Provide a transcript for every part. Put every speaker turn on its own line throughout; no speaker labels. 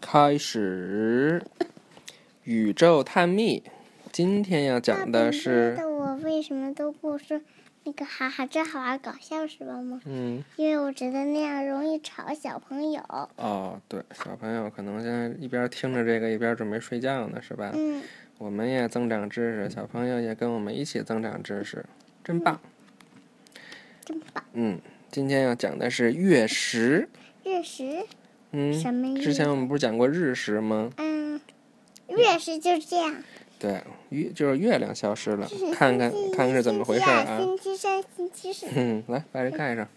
开始，宇宙探秘。今天要讲的
大
是，
笨蛋我为什么都不说那个哈哈真好玩搞笑是吧吗？
嗯，
因为我觉得那样容易吵小朋友。
哦，对，小朋友可能现在一边听着这个，一边准备睡觉呢，是吧？
嗯，
我们也增长知识，小朋友也跟我们一起增长知识，真棒。
真棒。
嗯，今天要讲的是月食。
月食
嗯，
什么意
之前
思？
我们不是讲过日食吗？
嗯，月食就是这样。
对，月就是月亮消失了， 看看看看是怎么回事儿啊？
星期二、星期三、星 期四。
嗯，来把这盖上。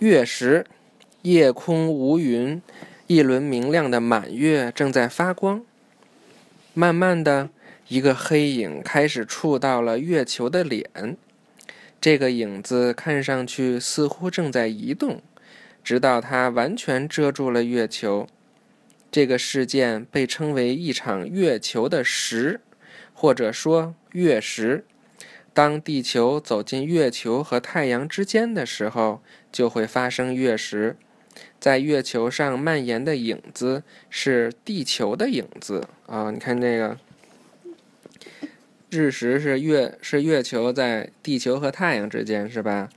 月食，夜空无云，一轮明亮的满月正在发光。慢慢的，一个黑影开始触到了月球的脸。这个影子看上去似乎正在移动，直到它完全遮住了月球。这个事件被称为一场月球的食，或者说月食。当地球走进月球和太阳之间的时候，就会发生月食。在月球上蔓延的影子是地球的影子啊！你看这个，日食是月是月球在地球和太阳之间是吧？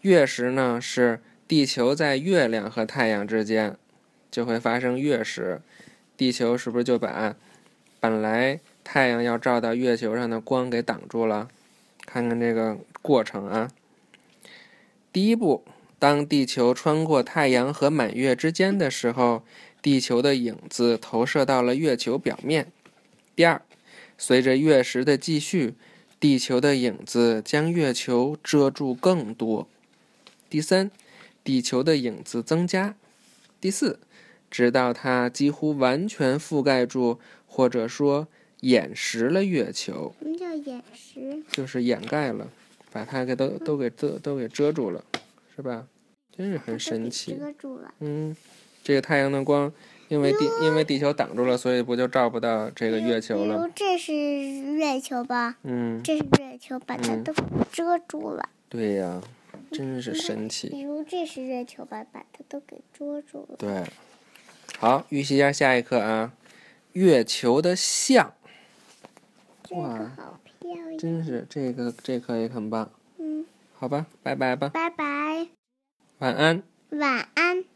月食呢是地球在月亮和太阳之间，就会发生月食。地球是不是就把本来太阳要照到月球上的光给挡住了？看看这个过程啊。第一步，当地球穿过太阳和满月之间的时候，地球的影子投射到了月球表面。第二，随着月食的继续，地球的影子将月球遮住更多。第三，地球的影子增加。第四，直到它几乎完全覆盖住，或者说掩食了月球。
什么叫眼食？
就是掩盖了，把它给都都给遮都给遮住了，是吧？真是很神奇。
遮住了。
嗯，这个太阳的光，因为地因为地球挡住了，所以不就照不到这个月球
比
了？
如这是月球吧？
嗯，
这是月球，把它
嗯
都遮住了。
对呀、真是神奇。
比如这是月球吧，把它都给遮住了。
对，好，预习一下下一课啊，月球的像，
这
哇
个好漂亮。
真是这个这课也很棒。
嗯，
好吧，拜拜吧，
拜拜，
晚安。
晚安。